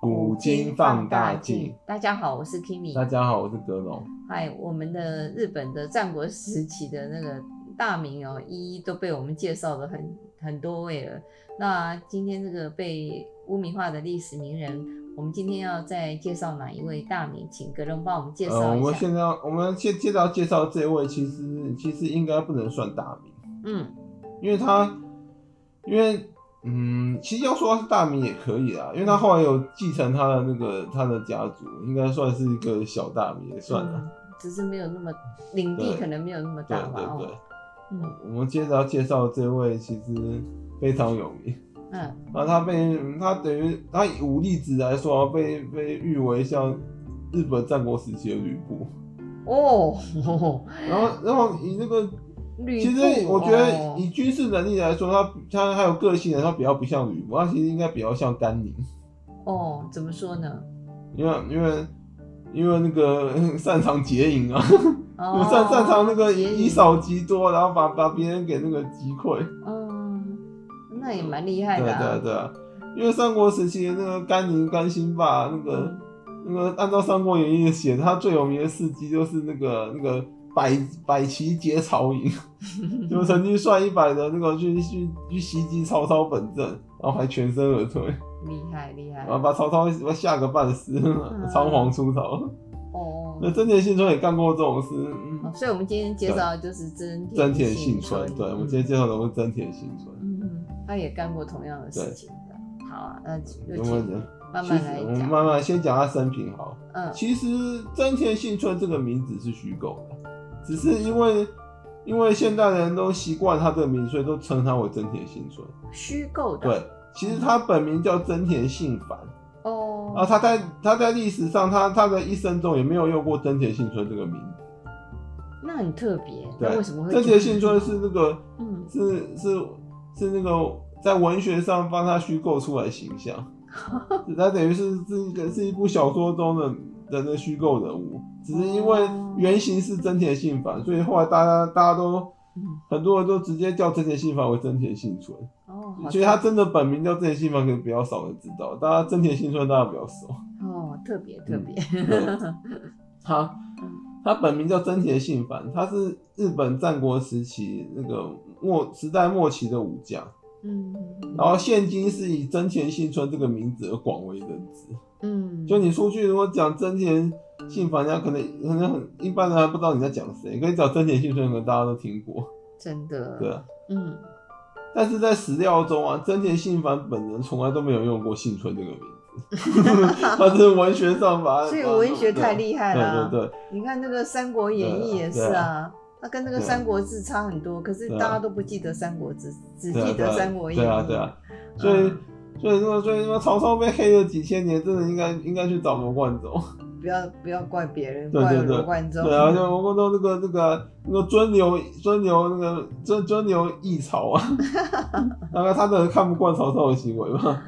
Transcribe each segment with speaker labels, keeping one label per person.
Speaker 1: 古今放大镜。
Speaker 2: 大家好，我是 Kimi
Speaker 1: 大。家好，我是德龙。
Speaker 2: 嗨，我们的日本的战国时期的那个大名哦，一一都被我们介绍的很很多位了。那今天这个被污名化的历史名人，我们今天要再介绍哪一位大名？请格隆帮我们介
Speaker 1: 呃，
Speaker 2: 绍
Speaker 1: 我
Speaker 2: 一
Speaker 1: 们
Speaker 2: 下。
Speaker 1: 现在要我们先接着要介绍这位，其实其实应该不能算大名，
Speaker 2: 嗯
Speaker 1: 因为他，因为嗯，其实要说他是大名也可以啊，因为他后来有继承他的那个他的家族，应该算是一个小大名也算了。
Speaker 2: 嗯，只是没有那么领地，
Speaker 1: 对
Speaker 2: 可能没有那么
Speaker 1: 对
Speaker 2: 大吧。
Speaker 1: 对对
Speaker 2: 哦，，嗯
Speaker 1: 我们接着要介绍这位，其实非常有名。
Speaker 2: 嗯，
Speaker 1: 那他被他等于他以武力值来说、啊被被誉为像日本战国时期的吕布。
Speaker 2: 哦，
Speaker 1: 然后，然后以那个，
Speaker 2: 吕
Speaker 1: 其实
Speaker 2: 布
Speaker 1: 我觉得
Speaker 2: 哦
Speaker 1: 以军事能力来说，他他还有个性呢，他比较不像吕布，他其实应该比较像甘宁，
Speaker 2: 哦，怎么说呢？
Speaker 1: 因为因为因为那个 擅长结营啊，
Speaker 2: 哦，
Speaker 1: 擅擅长那个
Speaker 2: 结
Speaker 1: 以以
Speaker 2: 语
Speaker 1: 少击多，然后把把别人给那个击溃。
Speaker 2: 嗯，那也蛮厉害
Speaker 1: 对
Speaker 2: 的、
Speaker 1: 啊对啊
Speaker 2: 啊。
Speaker 1: 对啊，因为三国时期的那个甘宁甘兴霸那个。
Speaker 2: 嗯
Speaker 1: 那个按照《三国演义》写，他最有名的事迹就是那个那个百百骑劫曹 营，就曾经率一百人那个去去去袭击曹操本阵，然后还全身而退，
Speaker 2: 嗯，厉害厉害。
Speaker 1: 然后把曹操吓个半死，
Speaker 2: 嗯
Speaker 1: 仓皇出逃。
Speaker 2: 哦
Speaker 1: 那真田幸村也干过这种事，嗯
Speaker 2: 哦，所以我们今天介绍的就是真
Speaker 1: 真
Speaker 2: 田
Speaker 1: 田幸村，对我们今天介绍的是真田幸村。
Speaker 2: 嗯嗯，嗯他也干过同样的事情的。好啊，那就
Speaker 1: 有没有
Speaker 2: 请
Speaker 1: 人？
Speaker 2: 慢
Speaker 1: 其
Speaker 2: 慢
Speaker 1: 实
Speaker 2: 来
Speaker 1: 我们
Speaker 2: 讲。
Speaker 1: 慢慢先讲他生平好了。
Speaker 2: 嗯
Speaker 1: 其实真田幸村这个名字是虚构的，只是因为因为现代人都习惯他这个名，所以都称他为真田幸村。
Speaker 2: 虚构的。
Speaker 1: 对，其实他本名叫真田幸繁，
Speaker 2: 哦。
Speaker 1: 然后他在他在历史上他他的一生中也没有用过真田幸村这个名字。
Speaker 2: 那很特别。那为什么
Speaker 1: 对，
Speaker 2: 会
Speaker 1: 真
Speaker 2: 觉
Speaker 1: 田
Speaker 2: 得
Speaker 1: 幸村是那个
Speaker 2: 嗯，
Speaker 1: 是是是那个在文学上帮他虚构出来的形象， 他等于是是一个是一部小说中的人的虚构人物，只是因为
Speaker 2: 哦
Speaker 1: 原型是真田信繁，所以后来大家大家都
Speaker 2: 嗯
Speaker 1: 很多人都直接叫真田信繁为真田幸村，
Speaker 2: 哦，好
Speaker 1: 所以他真的本名叫真田信繁，可能比较少人知道，大家真田幸村大家比较熟。
Speaker 2: 哦，特别特别。
Speaker 1: 他他本名叫真田信繁，他是日本战国时期那个末时代末期的武将。
Speaker 2: 嗯
Speaker 1: 然后现今是以真田幸村这个名字而广为人知。
Speaker 2: 嗯，
Speaker 1: 就你出去如果讲真田幸繁，人家可能可能很一般人还不知道你在讲谁，可以讲真田幸村，可能大家都听过，
Speaker 2: 真的。
Speaker 1: 对。啊。
Speaker 2: 嗯，
Speaker 1: 但是在史料中啊，真田幸繁本人从来都没有用过幸村这个 名字，他是文学上把它，
Speaker 2: 所以文学太厉害
Speaker 1: 害
Speaker 2: 了
Speaker 1: 啊对
Speaker 2: 啊。
Speaker 1: 对对，
Speaker 2: 你看那个《三国演义》也是
Speaker 1: 对
Speaker 2: 啊，它跟那个《三国志》差很多，可是
Speaker 1: 对啊
Speaker 2: 大家都不记得《三国志》，只
Speaker 1: 对啊
Speaker 2: 记得
Speaker 1: 对啊
Speaker 2: 《三国演义》。嗯
Speaker 1: 对啊对啊，所以。所以说，所以说，曹操被黑了几千年，真的应该应该去找罗贯中。
Speaker 2: 不要不要怪别人，
Speaker 1: 对对
Speaker 2: 怪
Speaker 1: 对
Speaker 2: 罗贯中。
Speaker 1: 对啊，像我们都那个那个那个尊牛尊牛那个尊尊牛异曹啊， 大概他的看不惯曹操的行为 吧，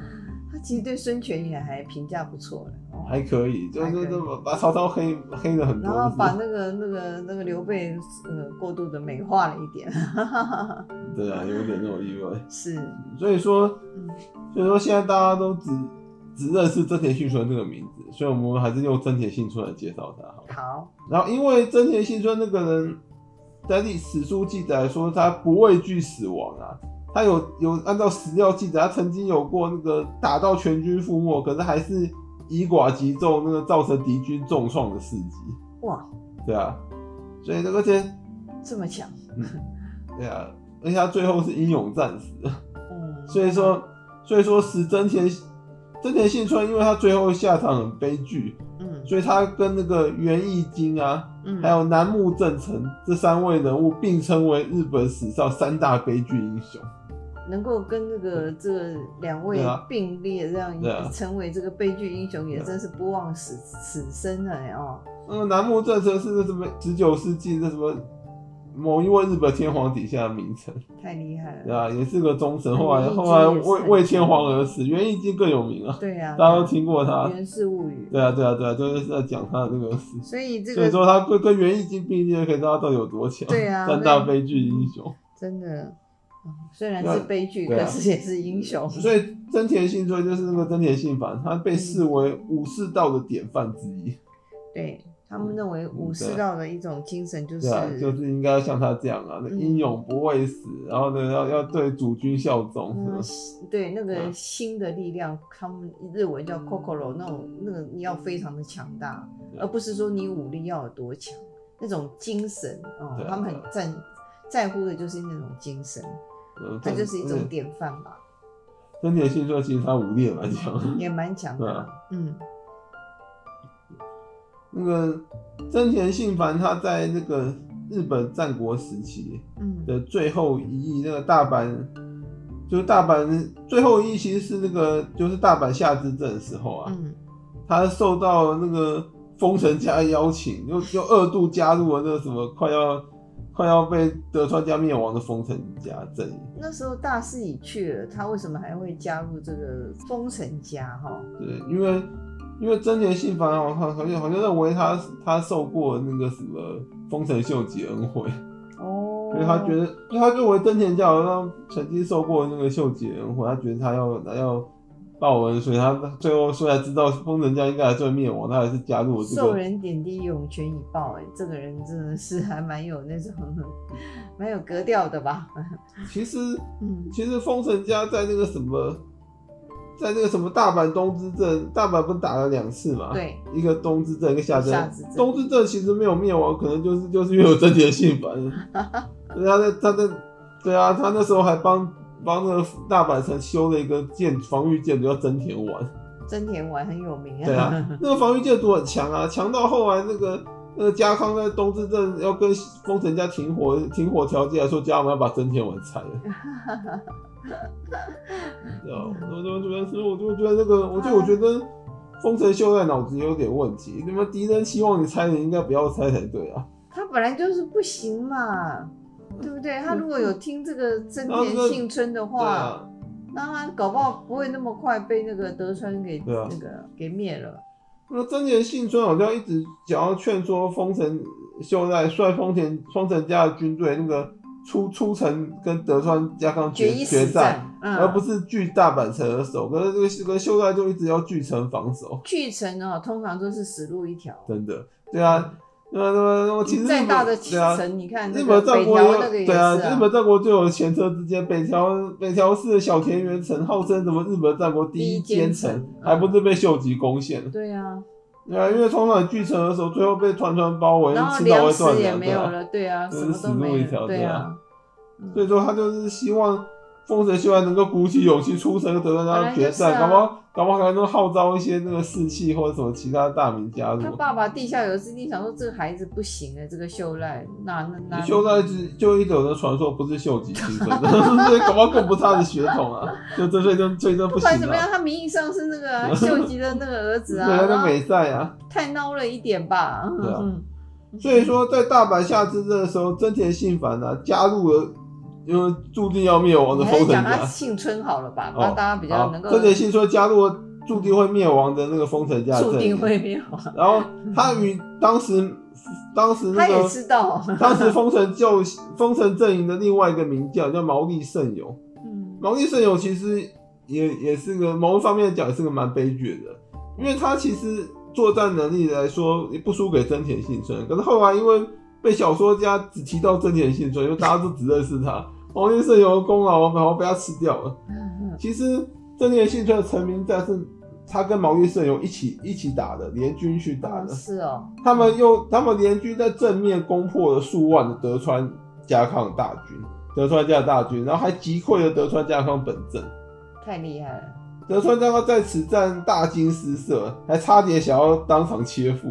Speaker 2: 他其实对孙权也还评价不错了。哦
Speaker 1: 还可以，就
Speaker 2: 还可以
Speaker 1: 是就把把曹操黑黑了很多
Speaker 2: 然后把
Speaker 1: 次。
Speaker 2: 那个那个那个刘备呃过度的美化了一点，
Speaker 1: 对啊，有点那种意味。
Speaker 2: 是，
Speaker 1: 所以说，
Speaker 2: 嗯
Speaker 1: 所以说现在大家都只只认识真田幸村这个名字，所以我们还是用真田幸村来介绍他好了。
Speaker 2: 好，
Speaker 1: 然后因为真田幸村那个人，在历史书记载说他不畏惧死亡啊，他有有按照史料记载，他曾经有过那个打到全军覆没，可是还是以寡击众，那个造成敌军重创的事迹，
Speaker 2: 哇，
Speaker 1: 对啊，所以那个天，
Speaker 2: 这么强，
Speaker 1: 对啊，而且他最后是英勇战死，
Speaker 2: 嗯，
Speaker 1: 所以说，所以说使真田真田幸村，因为他最后下场很悲剧，
Speaker 2: 嗯
Speaker 1: 所以他跟那个源义经啊。
Speaker 2: 嗯，
Speaker 1: 还有楠木正成这三位人物并称为日本史上三大悲剧英雄。
Speaker 2: 能够跟那个这两位
Speaker 1: 对啊
Speaker 2: 并列，这样、
Speaker 1: 对啊
Speaker 2: 成为这个悲剧英雄，也
Speaker 1: 对啊
Speaker 2: 真是不忘此此生了哎哦。
Speaker 1: 那个楠木正成是那什么十九世纪那什么某一位日本天皇底下的名臣，
Speaker 2: 太厉害
Speaker 1: 对
Speaker 2: 了。
Speaker 1: 啊，也是个忠臣。后来
Speaker 2: 源义经
Speaker 1: 后来
Speaker 2: 也是
Speaker 1: 为
Speaker 2: 很
Speaker 1: 为天皇而死，源义经更有名啊，
Speaker 2: 对呀、啊，
Speaker 1: 大家都听过他
Speaker 2: 《源氏物语》
Speaker 1: 对啊，对啊，对啊，就是在讲他的那个事。
Speaker 2: 所以这
Speaker 1: 所以
Speaker 2: 个
Speaker 1: 说他跟跟源义经并列，可以知道他到底有多强。
Speaker 2: 对啊
Speaker 1: 三大悲剧英雄。
Speaker 2: 真的，啊虽然
Speaker 1: 那
Speaker 2: 是悲剧，
Speaker 1: 对啊
Speaker 2: 可是也是英雄。
Speaker 1: 所以真田幸村就是那个真田信繁，他被视为武士道的典范之一。
Speaker 2: 对他们认为武
Speaker 1: 对
Speaker 2: 士
Speaker 1: 啊
Speaker 2: 道的一种精神就是
Speaker 1: 对啊，就是应该要像他这样啊，那
Speaker 2: 嗯
Speaker 1: 英勇不畏死，然后呢，要要对主君效忠。
Speaker 2: 嗯，对那
Speaker 1: 对啊
Speaker 2: 个新的力量，他们日文叫 kokoro，那种那个你要非常的强大，
Speaker 1: 嗯对啊
Speaker 2: 而不是说你武力要有多强，那种精神哦
Speaker 1: 对，啊
Speaker 2: 他们很在在乎的就是那种精神，
Speaker 1: 嗯，
Speaker 2: 它就是一种
Speaker 1: 嗯
Speaker 2: 典范吧，
Speaker 1: 真田幸村，其实他武力也蛮强的。
Speaker 2: 也蛮强
Speaker 1: 嗯对
Speaker 2: 的
Speaker 1: 啊，
Speaker 2: 嗯
Speaker 1: 那个真田信繁，他在那个日本战国时期
Speaker 2: 嗯
Speaker 1: 的最后一役，那个大阪，就是大阪最后一役，其实是那个就是大阪夏之阵的时候啊，
Speaker 2: 嗯，
Speaker 1: 他受到那个丰臣家的邀请，又又二度加入了那个什么快要快要被德川家灭亡的丰臣家阵营，
Speaker 2: 那时候大势已去了，他为什么还会加入这个丰臣家哈？
Speaker 1: 对，因为因为真田信繁好像好像好像认为他他受过那个什么丰臣秀吉恩惠。
Speaker 2: 哦，
Speaker 1: 所以他觉得，因为他认为真田教好像曾经受过那个秀吉恩惠，他觉得他要他要报恩，所以他最后虽然知道丰臣家应该还是会灭亡，他还是加入了这
Speaker 2: 受
Speaker 1: 个。
Speaker 2: 人点滴，涌泉以报、哎，这个人真的是还蛮有那种蛮有格调的吧？
Speaker 1: 其实
Speaker 2: 嗯，
Speaker 1: 其实丰臣家在那个什么，在那个什么大阪东之镇，大阪不是打了两次嘛？，
Speaker 2: 对，
Speaker 1: 一个东之镇，一个下
Speaker 2: 下
Speaker 1: 镇
Speaker 2: 之。镇
Speaker 1: 东之镇其实没有灭亡，可能就是就是因为有真田信 繁，对啊，他在他在对啊，他那时候还帮帮那个大阪城修了一个建防御建筑叫真田丸。
Speaker 2: 真田丸很有名 啊。
Speaker 1: 对啊，那个防御建筑很强啊，强到后来那个那个家康在东之镇要跟丰臣家停火停火调解，说家我们要把真田丸拆了。 对啊，我就觉得，所以我就觉得那个，我就我觉得丰臣秀赖脑子有点问题。那么敌人希望你拆，你应该不要拆才对啊。
Speaker 2: 他本来就是不行嘛，对不对？他如果有听这个真
Speaker 1: 然后这
Speaker 2: 田
Speaker 1: 个
Speaker 2: 幸村的
Speaker 1: 对
Speaker 2: 话，
Speaker 1: 啊，
Speaker 2: 那他搞不好不会那么快被那个德川给、
Speaker 1: 对啊
Speaker 2: 那个给灭了。
Speaker 1: 那真田幸村好像一直想要劝说丰臣秀赖率丰田丰臣家的军队那个出出城跟德川家康
Speaker 2: 决
Speaker 1: 决
Speaker 2: 一
Speaker 1: 决
Speaker 2: 死
Speaker 1: 战。
Speaker 2: 战，嗯，
Speaker 1: 而不是据大阪城而守。可是这个这个秀赖就一直要据城防守，
Speaker 2: 巨城哦，通常都是死路一条。
Speaker 1: 真的。对啊，对啊，对啊，对啊我其实
Speaker 2: 再
Speaker 1: 日本
Speaker 2: 大的
Speaker 1: 对啊，
Speaker 2: 城，你看那
Speaker 1: 日
Speaker 2: 个
Speaker 1: 本战
Speaker 2: 北
Speaker 1: 国
Speaker 2: 条那
Speaker 1: 有
Speaker 2: 个也是
Speaker 1: 对啊，日本战国就有前车之鉴。北条北条氏的小田园城号称什么日本战国第一
Speaker 2: 第一
Speaker 1: 坚
Speaker 2: 坚城
Speaker 1: 城，
Speaker 2: 嗯
Speaker 1: 还不是被秀吉攻陷？
Speaker 2: 对啊，
Speaker 1: 对啊，因为通常据城而守，最后被团团包围，
Speaker 2: 然后
Speaker 1: 吃到
Speaker 2: 粮
Speaker 1: 会断
Speaker 2: 食也
Speaker 1: 粮，
Speaker 2: 没
Speaker 1: 对
Speaker 2: 有
Speaker 1: 啊。
Speaker 2: 了，对啊，
Speaker 1: 就
Speaker 2: 什
Speaker 1: 是
Speaker 2: 么
Speaker 1: 死
Speaker 2: 都
Speaker 1: 路一
Speaker 2: 没
Speaker 1: 条
Speaker 2: 了，对
Speaker 1: 对
Speaker 2: 啊
Speaker 1: 啊。
Speaker 2: 嗯
Speaker 1: 所以说他就是希望丰臣秀赖能够鼓起勇气出城，得到
Speaker 2: 本
Speaker 1: 他
Speaker 2: 来
Speaker 1: 决
Speaker 2: 就是
Speaker 1: 战，
Speaker 2: 啊
Speaker 1: 搞不好搞不好还能号召一些那个士气或者什么其他大名加入
Speaker 2: 他。爸爸地下有私地想说这个孩子不行啊，这个秀赖那那那
Speaker 1: 秀赖之就一直有人传说不是秀吉亲 生的，所以搞不好更不是他的血统啊，就这这这这这
Speaker 2: 不
Speaker 1: 不行
Speaker 2: 管怎么样，
Speaker 1: 啊。
Speaker 2: 他名义上是那个 啊秀吉的那个儿子
Speaker 1: 对
Speaker 2: 啊，
Speaker 1: 啊，
Speaker 2: 然
Speaker 1: 那
Speaker 2: 后
Speaker 1: 美赛啊，
Speaker 2: 太孬了一点吧。
Speaker 1: 对啊
Speaker 2: 嗯，
Speaker 1: 所以说在大阪下之阵的时候，真田信繁啊加入了，因为注定要灭亡
Speaker 2: 你
Speaker 1: 的
Speaker 2: 还
Speaker 1: 丰
Speaker 2: 是
Speaker 1: 臣
Speaker 2: 讲他
Speaker 1: 家。
Speaker 2: 幸村好了吧，
Speaker 1: 哦
Speaker 2: 让大家比较
Speaker 1: 好
Speaker 2: 能够
Speaker 1: 真田信说加入了注定会灭亡的那个丰臣家的
Speaker 2: 注
Speaker 1: 阵营
Speaker 2: 定会灭 亡。
Speaker 1: 然后他与当时当时那
Speaker 2: 他也
Speaker 1: 个
Speaker 2: 知道，
Speaker 1: 当时丰臣就丰臣阵营的另外一个名将叫毛利胜友，
Speaker 2: 嗯
Speaker 1: 毛利胜友其实也也是个某一方面讲也是个蛮悲剧的人，因为他其实作战能力来说也不输给真田幸村，可是后来因为被小说家只提到真田幸村，因为大家都只认识他，毛利胜友的功劳然后被他吃掉了。
Speaker 2: 嗯
Speaker 1: 其实真田幸村的成名战是他跟毛利胜友一起一起打的，联军去打
Speaker 2: 嗯
Speaker 1: 的。
Speaker 2: 是哦，
Speaker 1: 他们又他们联军在正面攻破了数万的德川家康大军，德川家的大军，然后还击溃了德川家康本阵。
Speaker 2: 太厉害了，
Speaker 1: 德川家康在此战大惊失色，还差点想要当场切 腹。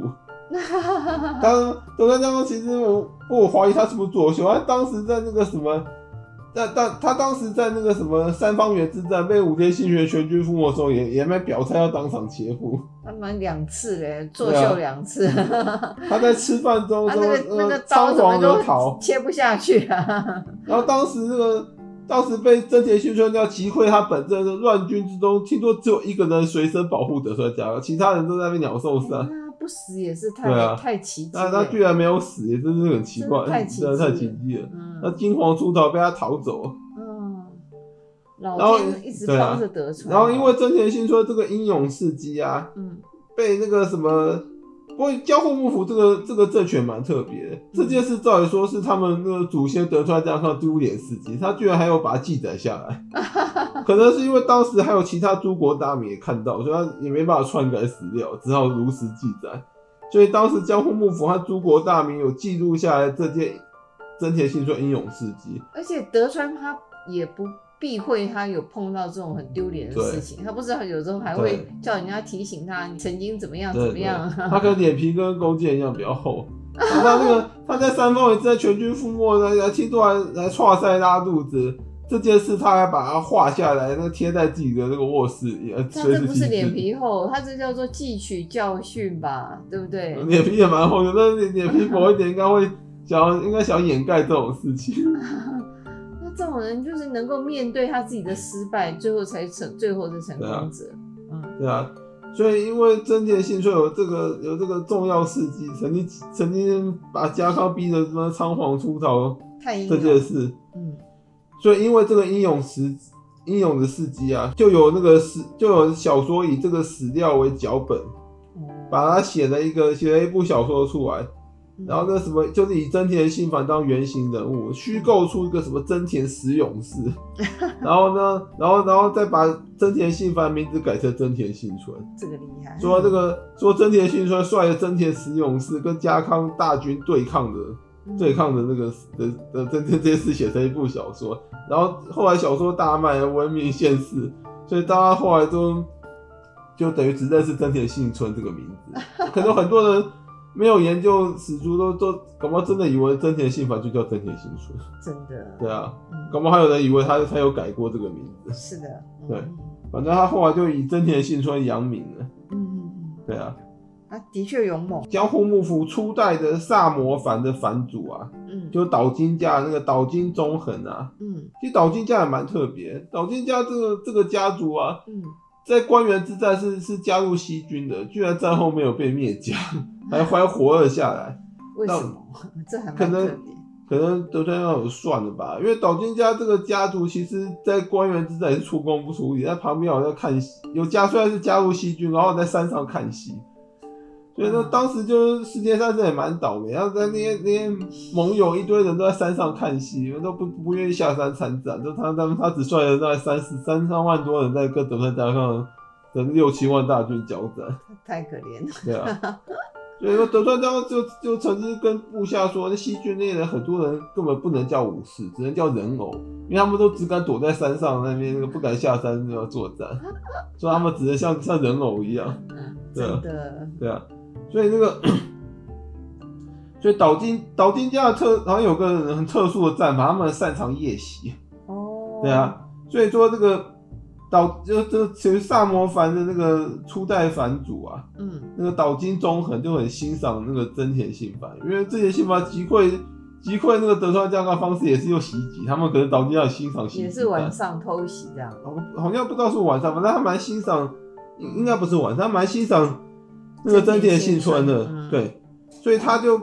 Speaker 1: 当然，德川家康其实我我怀疑他是不是作秀，他当时在那个什么，在当他当时在那个什么三方原之战被武田信玄全军覆没的时候，也也没表态要当场切腹。
Speaker 2: 他们两次嘞，作
Speaker 1: 对啊
Speaker 2: 秀两次。
Speaker 1: 他在吃饭中
Speaker 2: 他
Speaker 1: 说
Speaker 2: 那个那个
Speaker 1: 呃
Speaker 2: 刀
Speaker 1: 仓
Speaker 2: 怎
Speaker 1: 皇
Speaker 2: 么
Speaker 1: 而逃
Speaker 2: 都，切不下去啊！
Speaker 1: 然后当时那个，当时被真田幸村要击溃他本阵的乱军之中，听说只有一个人随身保护德川家，其他人都在那边鸟兽散。
Speaker 2: 那啊不死也是太、
Speaker 1: 啊对啊
Speaker 2: 太嗯奇迹
Speaker 1: 那他
Speaker 2: 了。
Speaker 1: 居然没有死，也真是很奇怪，
Speaker 2: 真的太奇迹
Speaker 1: 真的太奇迹了。那
Speaker 2: 嗯
Speaker 1: 金黄出逃被他逃走，
Speaker 2: 嗯，老
Speaker 1: 后
Speaker 2: 天一直
Speaker 1: 对啊
Speaker 2: 帮着德川。
Speaker 1: 然后因为真田信说这个英勇事迹啊，
Speaker 2: 嗯
Speaker 1: 被那个什么，不过交互幕府这个这个政权蛮特别的，这件事照理说是他们那个祖先得出来这样算丢脸事迹，他居然还有把它记载下来，可能是因为当时还有其他诸国大名也看到，所以他也没办法篡改史料，只好如实记载。所以当时江户幕府和诸国大名有记录下来这件真田信说英勇事迹，
Speaker 2: 而且德川他也不避讳他有碰到这种很丢脸的事
Speaker 1: 嗯
Speaker 2: 情，他不知道有时候还会
Speaker 1: 对
Speaker 2: 叫人家提醒他你曾经怎么样怎
Speaker 1: 对
Speaker 2: 么
Speaker 1: 对，
Speaker 2: 样。
Speaker 1: 他跟脸皮跟弓箭一样比较厚。然后他那个 他在三方也在全军覆没呢，来踢断来踹塞拉肚子这件事，他还把它画下来，那贴在自己的那个卧室里，呃
Speaker 2: 他
Speaker 1: 随
Speaker 2: 这
Speaker 1: 时
Speaker 2: 不
Speaker 1: 记
Speaker 2: 是
Speaker 1: 事
Speaker 2: 脸皮厚，他这叫做汲取教训吧，对不对？
Speaker 1: 脸皮也蛮厚的，但是脸皮薄一点应该会想要应该想掩盖这种事情。
Speaker 2: 那这种人就是能够面对他自己的失败，最后才成，最后是成功者。嗯，
Speaker 1: 对啊，所以因为真田信秀有这个有这个重要事迹，曾经曾经把家康逼得什么仓皇出逃
Speaker 2: 太英
Speaker 1: 这件
Speaker 2: 勇。
Speaker 1: 事，
Speaker 2: 嗯，
Speaker 1: 所以因为这个英勇时英勇的事迹啊，就有那个史就有小说以这个史料为脚本，
Speaker 2: 哦
Speaker 1: 把它写了一个写了一部小说出来，
Speaker 2: 嗯
Speaker 1: 然后那什么就是以真田信繁当原型人物，虚构出一个什么真田十勇士，然后呢，然后然后再把真田信繁名字改成真田幸村，
Speaker 2: 这个厉害。
Speaker 1: 说这个说真田幸村率的真田十勇士跟家康大军对抗的
Speaker 2: 嗯
Speaker 1: 对抗的那个的的这这这事写成一部小说，然后后来小说大卖，闻名县市，所以大家后来都就等于只认识真田幸村这个名字，可能很多人没有研究史书都都搞不好真的以为真田幸繁就叫真田幸村，
Speaker 2: 真的。
Speaker 1: 对啊，
Speaker 2: 嗯
Speaker 1: 搞不好还有人以为他他有改过这个名字，
Speaker 2: 是的。嗯
Speaker 1: 对反正他后来就以真田幸村扬名了，
Speaker 2: 嗯嗯
Speaker 1: 对啊，
Speaker 2: 嗯，他的确勇猛。
Speaker 1: 江户幕府初代的萨摩藩的藩主啊，
Speaker 2: 嗯
Speaker 1: 就岛津家那个岛津忠恒啊。
Speaker 2: 嗯
Speaker 1: 其实岛津家也蛮特别，岛津家这个这个家族啊，
Speaker 2: 嗯，
Speaker 1: 在官员之战是是加入西军的，居然战后没有被灭家，还还活了下来。
Speaker 2: 为
Speaker 1: 那
Speaker 2: 什么？ 这还蛮
Speaker 1: 可能
Speaker 2: 特别。
Speaker 1: 可能德川家有算了吧，因为岛津家这个家族其实，在官员之战也是出工不出力，在旁边好像看戏，有家虽然是加入西军，然后在山上看戏，所以呢，
Speaker 2: 嗯
Speaker 1: 当时就是世界上是也蛮倒霉，然后在那些那些盟友一堆人都在山上看戏，都不不愿意下山参战，就他他们他只率了大概三十三三万多人在跟德川家康的六七万大军交战。
Speaker 2: 太可怜了。
Speaker 1: 对啊，所以说德川家康就就曾经跟部下说，那西军那些人很多人根本不能叫武士，只能叫人偶，因为他们都只敢躲在山上那边，那个不敢下山要作战，所以他们只能像像人偶一样，对啊
Speaker 2: 真的，
Speaker 1: 对啊，所以那个。 所以岛津岛津家的特好像有个很特殊的战法，他们擅长夜袭。
Speaker 2: 哦，
Speaker 1: 对啊，所以说这个岛就就其实萨摩藩的那个初代藩主啊，
Speaker 2: 嗯，
Speaker 1: 那个岛津忠恒就很欣赏那个真田信繁，因为真田信繁击溃击溃那个德川家康的方式也是用袭击，他们可能岛津家很欣赏袭击
Speaker 2: 也
Speaker 1: 战，
Speaker 2: 是晚上偷袭这样，
Speaker 1: 好好像不知道是晚上，反正他蛮欣赏，应应该不是晚上，他蛮欣赏那个真田幸村的，
Speaker 2: 真田幸村嗯
Speaker 1: 对，所以他就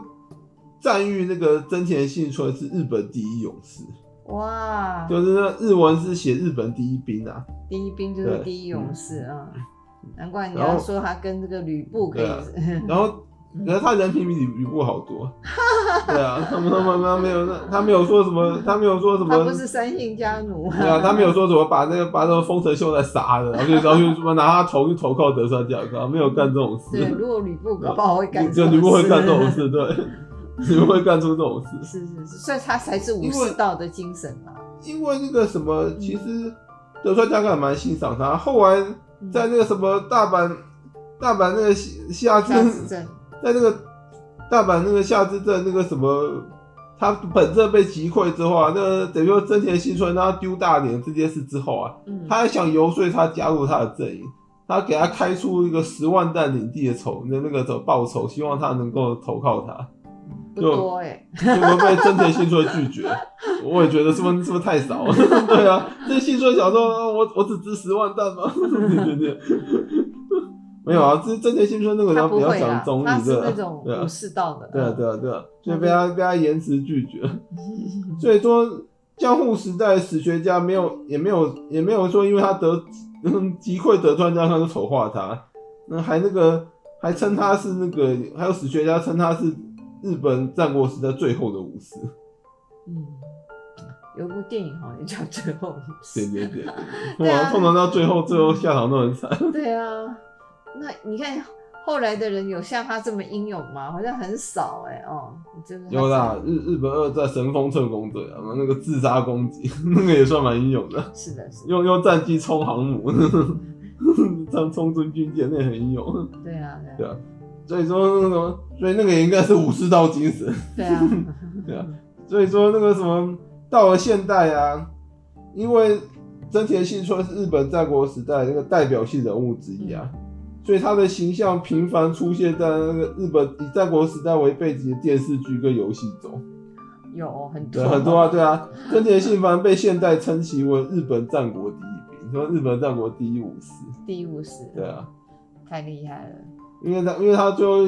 Speaker 1: 赞誉那个真田幸村是日本第一勇士，
Speaker 2: 哇，
Speaker 1: 就是那日文是写日本第一兵啊，
Speaker 2: 第一兵就是
Speaker 1: 对嗯
Speaker 2: 第一勇士啊，难怪你
Speaker 1: 然后
Speaker 2: 要说他跟这个吕布可以
Speaker 1: 对啊，然后，
Speaker 2: 嗯
Speaker 1: 可是他人品比吕吕布好多。对啊，他们他们他没有那他没有说什么，他没有说什
Speaker 2: 他
Speaker 1: 么
Speaker 2: 不，是三姓家奴
Speaker 1: 对啊，他没有说什么把那个把那个丰臣秀才杀了，然后就然后就什么拿他头去投靠德川家康，没有干这种
Speaker 2: 对，
Speaker 1: 事。
Speaker 2: 如果吕布搞不好会干这
Speaker 1: 就
Speaker 2: 种事，
Speaker 1: 吕布会干这种，事， 对，吕布会干出这种事。
Speaker 2: 是是是，所以他才是武
Speaker 1: 因为
Speaker 2: 士道的精神嘛，
Speaker 1: 因为那个什么，其实德川家康也蛮欣赏他。后来
Speaker 2: 嗯
Speaker 1: 在那个什么大阪，大阪那个夏夏
Speaker 2: 夏
Speaker 1: 之
Speaker 2: 之镇，
Speaker 1: 在那个大阪那个夏之镇那个什么，他本镇被击溃之后啊，那个等于说真田幸村让他丢大脸这件事之后啊，
Speaker 2: 嗯，
Speaker 1: 他还想游说他加入他的阵营，他给他开出一个十万担领地的酬的那个酬报酬，希望他能够投靠他，
Speaker 2: 不多哎，
Speaker 1: 结果被真田幸村拒 绝。我也觉得是不是是不是太少？ 对啊，这幸村想说，啊我我只值十万担 吗？ 对对对，没有啊，这真田幸村那个
Speaker 2: 他
Speaker 1: 人
Speaker 2: 不
Speaker 1: 比较
Speaker 2: 会
Speaker 1: 讲
Speaker 2: 啦
Speaker 1: 中立，，
Speaker 2: 他是
Speaker 1: 对啊
Speaker 2: 那种
Speaker 1: 对啊
Speaker 2: 武士道的，
Speaker 1: 对啊，对啊，对啊，所以被他被他延迟拒绝，
Speaker 2: 嗯
Speaker 1: 所以说江户时代史学家没有也没有也没有说，因为他得嗯击溃德川家康就丑化他，那、还那个还称他是那个，还有史学家称他是日本战国时代最后的武士。
Speaker 2: 嗯，有部电影好像叫《最后武士
Speaker 1: 对》。对对，对通
Speaker 2: 对啊
Speaker 1: 常通常到最后最后下场都很惨。
Speaker 2: 对啊，那你看后来的人有像他这么英勇吗？好像很少哎、哦，真的很
Speaker 1: 有啦
Speaker 2: 少，
Speaker 1: 日日本二战神风特工队啊，那个自杀攻击， 那个也算蛮英勇的，
Speaker 2: 是的，是的，
Speaker 1: 用用 战机冲航母， 冲冲出军舰，那也很英勇。
Speaker 2: 对啊，对
Speaker 1: 对啊
Speaker 2: 啊，
Speaker 1: 所以说那个，所以那个也应该是武士道精神。
Speaker 2: 对啊，
Speaker 1: 对啊所以说那个什么，到了现代啊，因为真田幸村是日本战国时代那个代表性人物之一啊，所以他的形象频繁出现在那个日本以战国时代为背景的电视剧跟游戏中。
Speaker 2: 有很
Speaker 1: 对，
Speaker 2: 多
Speaker 1: 很多啊，对啊，真田信繁被现代称其为日本战国第一兵，说日本战国第一武士，
Speaker 2: 第五十，
Speaker 1: 对啊，
Speaker 2: 太厉害了，
Speaker 1: 因为他因为他最后，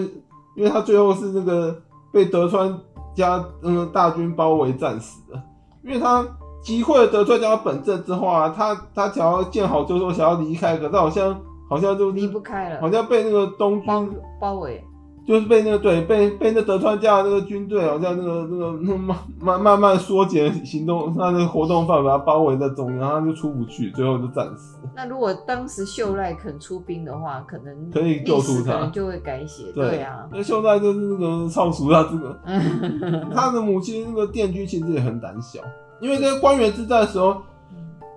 Speaker 1: 因为他最后是那个被德川家嗯大军包围战死的，因为他击溃了德川家本阵之后啊，他他想要见好就收，想要离开，可是好像好像就
Speaker 2: 离不开嗯了，
Speaker 1: 好像被那个东
Speaker 2: 包
Speaker 1: 军。
Speaker 2: 包围，
Speaker 1: 就是被那个对被被那德川家的那个军队好像那个那个那个慢慢慢慢缩减行动，他那个活动范围把他包围在中央，他就出不去，最后就战死。
Speaker 2: 那如果当时秀赖肯出兵的话，可能
Speaker 1: 可以救
Speaker 2: 历史
Speaker 1: 出他
Speaker 2: 可能就会改写。对啊，
Speaker 1: 那秀奈就是那个超熟他这个，
Speaker 2: 嗯
Speaker 1: 他的母亲那个电锯其实也很胆小，因为在官员之战的时候，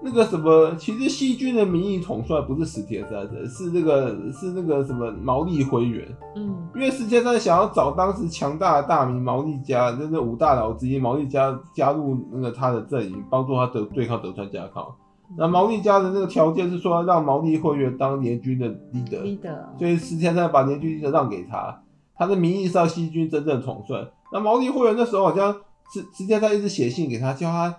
Speaker 1: 那个什么，其实西军的名义统帅不是石田三成，是那个是那个什么毛利辉元，
Speaker 2: 嗯，
Speaker 1: 因为石田三想要找当时强大的大名毛利家，就是五大佬之一毛利家加入那个他的阵营，帮助他得对抗德川家康。那毛利家的那个条件是说要让毛利辉元当联军的 leader，
Speaker 2: leader，
Speaker 1: 所以石田三把联军 leader 让给他，他的名义上西军真正统帅。那毛利辉元那时候好像石石田三一直写信给他，叫他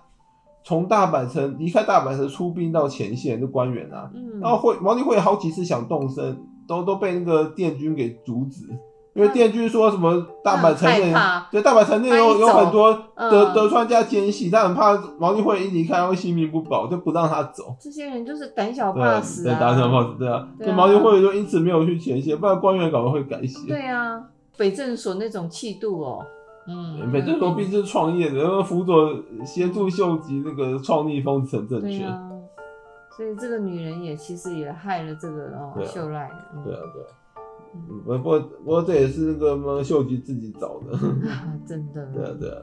Speaker 1: 从大阪城离开大阪城出兵到前线，就官员啊。
Speaker 2: 嗯，
Speaker 1: 然后会毛利会好几次想动身，都都被那个电军给阻止，因为电军说什么大阪城内
Speaker 2: 嗯害怕，
Speaker 1: 对大阪城内
Speaker 2: 他一
Speaker 1: 有有
Speaker 2: 走
Speaker 1: 很多
Speaker 2: 嗯
Speaker 1: 德、德川家奸细，他很怕毛利会一离开会性命不保，就不让他走。
Speaker 2: 这些人就是胆小
Speaker 1: 对
Speaker 2: 怕死
Speaker 1: 对，
Speaker 2: 啊，
Speaker 1: 打小报纸，对啊，
Speaker 2: 对啊
Speaker 1: 那毛利会就因此没有去前线，不然官员搞不好会改写。
Speaker 2: 对啊，北镇所那种气度哦，嗯，
Speaker 1: 北镇罗毕竟是创业的，然后辅佐协助秀吉那个创立丰臣政
Speaker 2: 对
Speaker 1: 权，
Speaker 2: 啊，所以这个女人也其实也害了这个哦
Speaker 1: 对啊
Speaker 2: 秀赖，嗯
Speaker 1: 对啊，对啊。嗯不过不过这也是那个嘛秀吉自己找的。
Speaker 2: 啊 真
Speaker 1: 对啊
Speaker 2: 的，
Speaker 1: 对啊，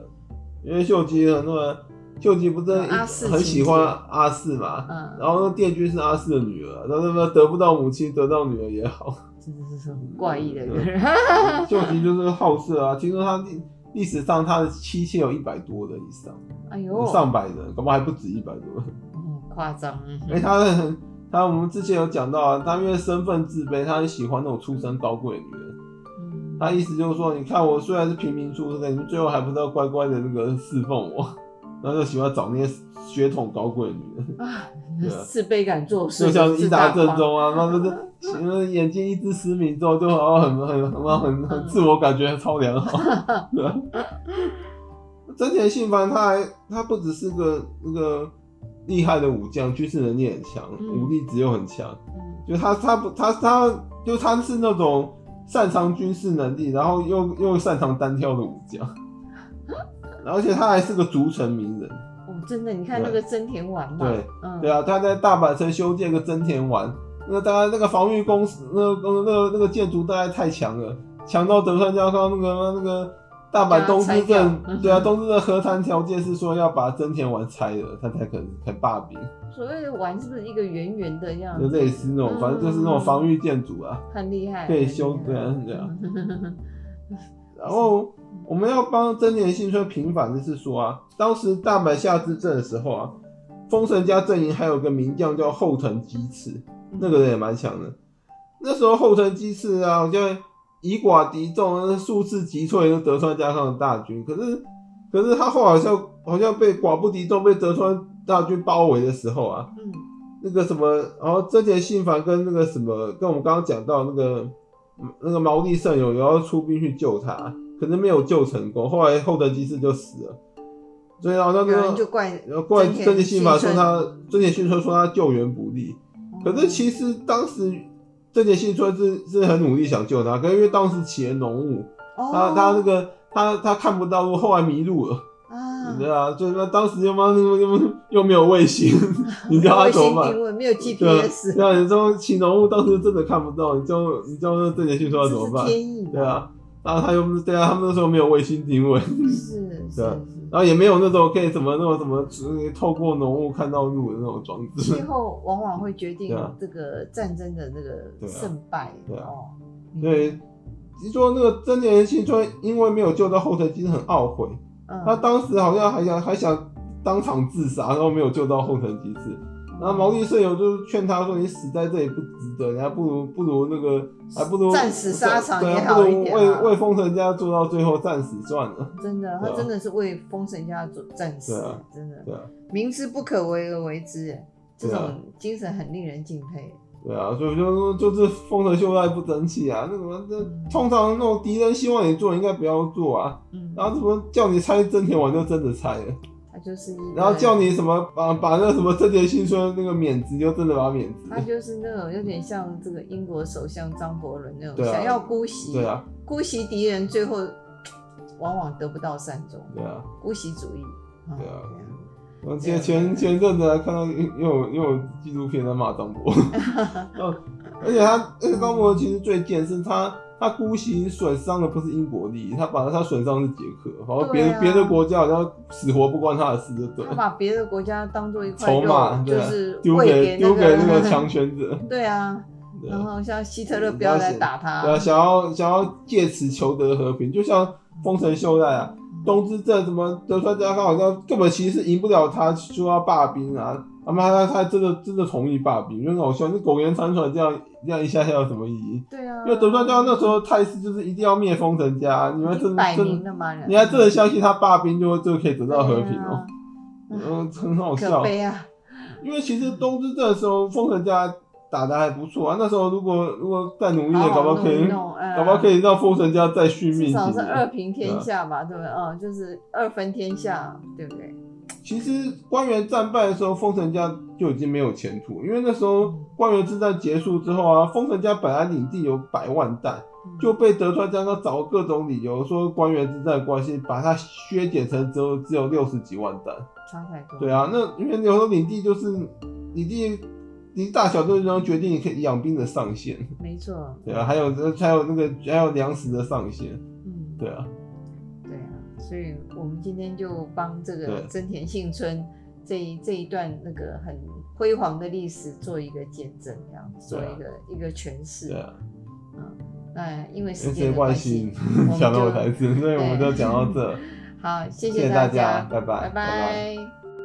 Speaker 1: 因为秀吉很多人，秀吉不是
Speaker 2: 有阿四
Speaker 1: 很
Speaker 2: 情
Speaker 1: 喜
Speaker 2: 节
Speaker 1: 欢阿四嘛，
Speaker 2: 嗯，
Speaker 1: 然后那电锯是阿四的女儿，然后他们得不到母亲，得到女儿也好。
Speaker 2: 真的是很怪异的一个人，
Speaker 1: 啊秀吉就是好色啊，听说他历历史上他的妻妾有一百多人以上，
Speaker 2: 哎呦，
Speaker 1: 上百人，恐怕还不止一百多人。
Speaker 2: 嗯夸张，嗯
Speaker 1: 哎、他很他我们之前有讲到啊，他因为身份自卑，他很喜欢那种出身高贵的女人。
Speaker 2: 嗯
Speaker 1: 他意思就是说，你看我虽然是平民出身，你们最后还不知道乖乖的那个侍奉我， 然后就喜欢找那些血统高贵的女人，
Speaker 2: 啊
Speaker 1: 对啊，
Speaker 2: 自卑感做事
Speaker 1: 就像伊
Speaker 2: 自
Speaker 1: 达
Speaker 2: 大
Speaker 1: 正
Speaker 2: 方，
Speaker 1: 宗啊，那就是那眼睛一只失明之后，就好像很很很很很自我感觉超良 好，对吧？真田信繁他还他不只是个那个厉害的武将，军事能力很强，
Speaker 2: 嗯
Speaker 1: 武力值又很强，
Speaker 2: 嗯
Speaker 1: 就他他不他他就他是那种擅长军事能力，然后又又擅长单挑的武 将，而且他还是个足城名人。
Speaker 2: 哦，真的，你看
Speaker 1: 对
Speaker 2: 那个真田丸嘛，
Speaker 1: 对，
Speaker 2: 嗯，
Speaker 1: 对啊，他在大阪城修建个真田丸，那个大概那个防御工事那个那个那个建筑大概太强了，强到德川家康那个那个大阪东之
Speaker 2: 把它拆
Speaker 1: 镇
Speaker 2: 掉，
Speaker 1: 对啊，
Speaker 2: 嗯哼
Speaker 1: 东之镇和谈条件是说要把真田丸拆了，他才肯肯罢兵，
Speaker 2: 所谓的丸是不是一个圆圆的样
Speaker 1: 就
Speaker 2: 子？
Speaker 1: 类似那种，反正就是那种防御建筑啊。
Speaker 2: 很厉害，嗯
Speaker 1: 可以
Speaker 2: 很厉
Speaker 1: 修
Speaker 2: 害
Speaker 1: 对啊对啊然
Speaker 2: 是
Speaker 1: 后我们要帮真田幸村平反的是说啊，当时大阪下之阵的时候啊，丰臣家阵营还有个名将叫后藤基次，那个人也蛮强的。那时候后藤基次啊，好像以寡敌众，数次击退了德川家康的大军。可是，可是他后来好像好像被寡不敌众，被德川大军包围的时候啊，
Speaker 2: 嗯，
Speaker 1: 那个什么，然后真田信繁跟那个什么，跟我们刚刚讲到那个嗯那个毛利胜友也要出兵去救他，可是没有救成功，后来后藤基次就死了。所以然后那
Speaker 2: 有人就
Speaker 1: 个
Speaker 2: 怪
Speaker 1: 呃怪
Speaker 2: 真田
Speaker 1: 真田信法说
Speaker 2: 信
Speaker 1: 他
Speaker 2: 村
Speaker 1: 真田信村说他救援不力，可是其实当时真田信村是是很努力想救他，可是因为当时起了浓雾，
Speaker 2: 哦
Speaker 1: 他他那个他他看不到路，后来迷路了，
Speaker 2: 啊
Speaker 1: 对啊，就是他当时又妈又又又没有卫 星，你叫他
Speaker 2: 卫
Speaker 1: 怎么
Speaker 2: 星
Speaker 1: 办
Speaker 2: 定？位没有
Speaker 1: 对啊
Speaker 2: GPS，，
Speaker 1: 对啊，你说起浓雾当时真的看不到，你叫你叫那真田信村啊要
Speaker 2: 这
Speaker 1: 怎么
Speaker 2: 是
Speaker 1: 办？
Speaker 2: 天意嘛，
Speaker 1: 对啊，然后他又不是对啊，他们那时候没有卫星定位，
Speaker 2: 是，是
Speaker 1: 对啊
Speaker 2: 是。
Speaker 1: 然后也没有那种可以什么那种什么只透过浓雾看到路的那种装置
Speaker 2: 气，候往往会决定
Speaker 1: 对啊
Speaker 2: 这个战争的那个
Speaker 1: 对啊
Speaker 2: 胜败
Speaker 1: 对啊
Speaker 2: 哦。
Speaker 1: 对。你说那个真田幸村因为没有救到后藤，其实很懊悔。
Speaker 2: 嗯，
Speaker 1: 他当时好像还想还想当场自杀，然后没有救到后藤吉次。
Speaker 2: 嗯
Speaker 1: 然后毛利舍友就劝他说：“你死在这里不值得，你还不如不如那个，还不如
Speaker 2: 战死沙场
Speaker 1: 对啊
Speaker 2: 也好
Speaker 1: 不如
Speaker 2: 一点
Speaker 1: 为
Speaker 2: 啊
Speaker 1: 为封神家做到最后战死算了。
Speaker 2: 真的，他
Speaker 1: 对啊
Speaker 2: 真的是为封神家做战士
Speaker 1: 对啊，
Speaker 2: 真”的
Speaker 1: 对啊，
Speaker 2: 明知不可为而为之，哎这
Speaker 1: 对啊
Speaker 2: 种精神很令人敬佩。
Speaker 1: 对啊，所以就说就是丰臣秀赖不争气啊，那什么这通常那种敌人希望你做，你应该不要做啊。
Speaker 2: 嗯，
Speaker 1: 然后怎么叫你拆真田丸就真的拆了，
Speaker 2: 他就是一个，
Speaker 1: 然后叫你什么把把那什么真田幸村那个免职就真的把它免职。
Speaker 2: 他就是那种有点像这个英国首相张伯伦那种，
Speaker 1: 对啊
Speaker 2: 想要姑息，
Speaker 1: 对啊，
Speaker 2: 姑息敌人，最后往往得不到善终，
Speaker 1: 对啊。
Speaker 2: 姑息主义。嗯
Speaker 1: 对啊我
Speaker 2: 啊
Speaker 1: 前前前阵子还看到又又又有纪录片在骂张 博，然后而且他而且张博其实最贱是他他姑息损伤的不是英国利益，他把他损伤的是捷克，然后别
Speaker 2: 对啊
Speaker 1: 的别的国家好像死活不关他的事，就对
Speaker 2: 他
Speaker 1: 了，
Speaker 2: 把别的国家当做一块
Speaker 1: 筹码
Speaker 2: 肉，
Speaker 1: 对
Speaker 2: 就
Speaker 1: 啊
Speaker 2: 是
Speaker 1: 丢
Speaker 2: 喂
Speaker 1: 给
Speaker 2: 给
Speaker 1: 丢给那
Speaker 2: 那
Speaker 1: 个 强权者，
Speaker 2: 对啊，
Speaker 1: 对
Speaker 2: 然
Speaker 1: 啊
Speaker 2: 后像希特勒不要来打他，
Speaker 1: 对啊，想要想要借此求得和平，就像丰臣秀赖啊。
Speaker 2: 嗯
Speaker 1: 东之镇什么德川家康好像根本其实赢不了他，说要罢兵啊，他妈他他真的真的同意罢兵，就很好笑。那苟延残喘这样这样一下下有什么意义？
Speaker 2: 对啊，
Speaker 1: 因为德川家康那时候态势就是一定要灭丰臣家，你们
Speaker 2: 已经
Speaker 1: 真的
Speaker 2: 摆
Speaker 1: 真
Speaker 2: 明
Speaker 1: 的，
Speaker 2: 了嘛，
Speaker 1: 你还真的相信他罢兵就就可以得
Speaker 2: 得
Speaker 1: 到和平哦、嗯，很好
Speaker 2: 啊可
Speaker 1: 笑。
Speaker 2: 悲啊，
Speaker 1: 因为其实东之镇的时候丰臣家打的还不错啊，那时候如果如果再努力一
Speaker 2: 好哦
Speaker 1: 点，搞不
Speaker 2: 好
Speaker 1: 好可
Speaker 2: 弄一
Speaker 1: 以，
Speaker 2: 弄，嗯
Speaker 1: 搞不好可
Speaker 2: 以。
Speaker 1: 以让丰臣家再续命
Speaker 2: 呃至
Speaker 1: 几
Speaker 2: 少是
Speaker 1: 年。
Speaker 2: 二平天下吧，
Speaker 1: 啊
Speaker 2: 对不对？嗯，就是二分天下，对不对？
Speaker 1: 其实官员战败的时候，丰臣家就已经没有前途，因为那时候
Speaker 2: 嗯
Speaker 1: 官员之战结束之后啊，丰臣家本来领地有百万石，
Speaker 2: 嗯
Speaker 1: 就被德川家康找各种理由说官员之战的关系，把它削减成只有只有六十几万石。
Speaker 2: 差太多。
Speaker 1: 对啊，那因为有时候领地就是领地，领地大小都能决定你可以养兵的上限。
Speaker 2: 没错。
Speaker 1: 对啊，还有还有那个还有粮食的上限。
Speaker 2: 嗯，
Speaker 1: 对啊，
Speaker 2: 对啊，所以我们今天就帮这个
Speaker 1: 对
Speaker 2: 真田幸村这一这一段那个很辉煌的历史做一个见证，这样做
Speaker 1: 对啊
Speaker 2: 一个一个诠释。
Speaker 1: 对啊，
Speaker 2: 那因为时
Speaker 1: 因
Speaker 2: 间
Speaker 1: 为
Speaker 2: 的
Speaker 1: 关
Speaker 2: 关
Speaker 1: 系
Speaker 2: 系，
Speaker 1: 讲
Speaker 2: 我
Speaker 1: 到
Speaker 2: 们 就
Speaker 1: 台词，所以我们就讲到这。
Speaker 2: 好，谢
Speaker 1: 谢谢
Speaker 2: 大
Speaker 1: 大家拜拜
Speaker 2: 拜
Speaker 1: 拜拜
Speaker 2: 拜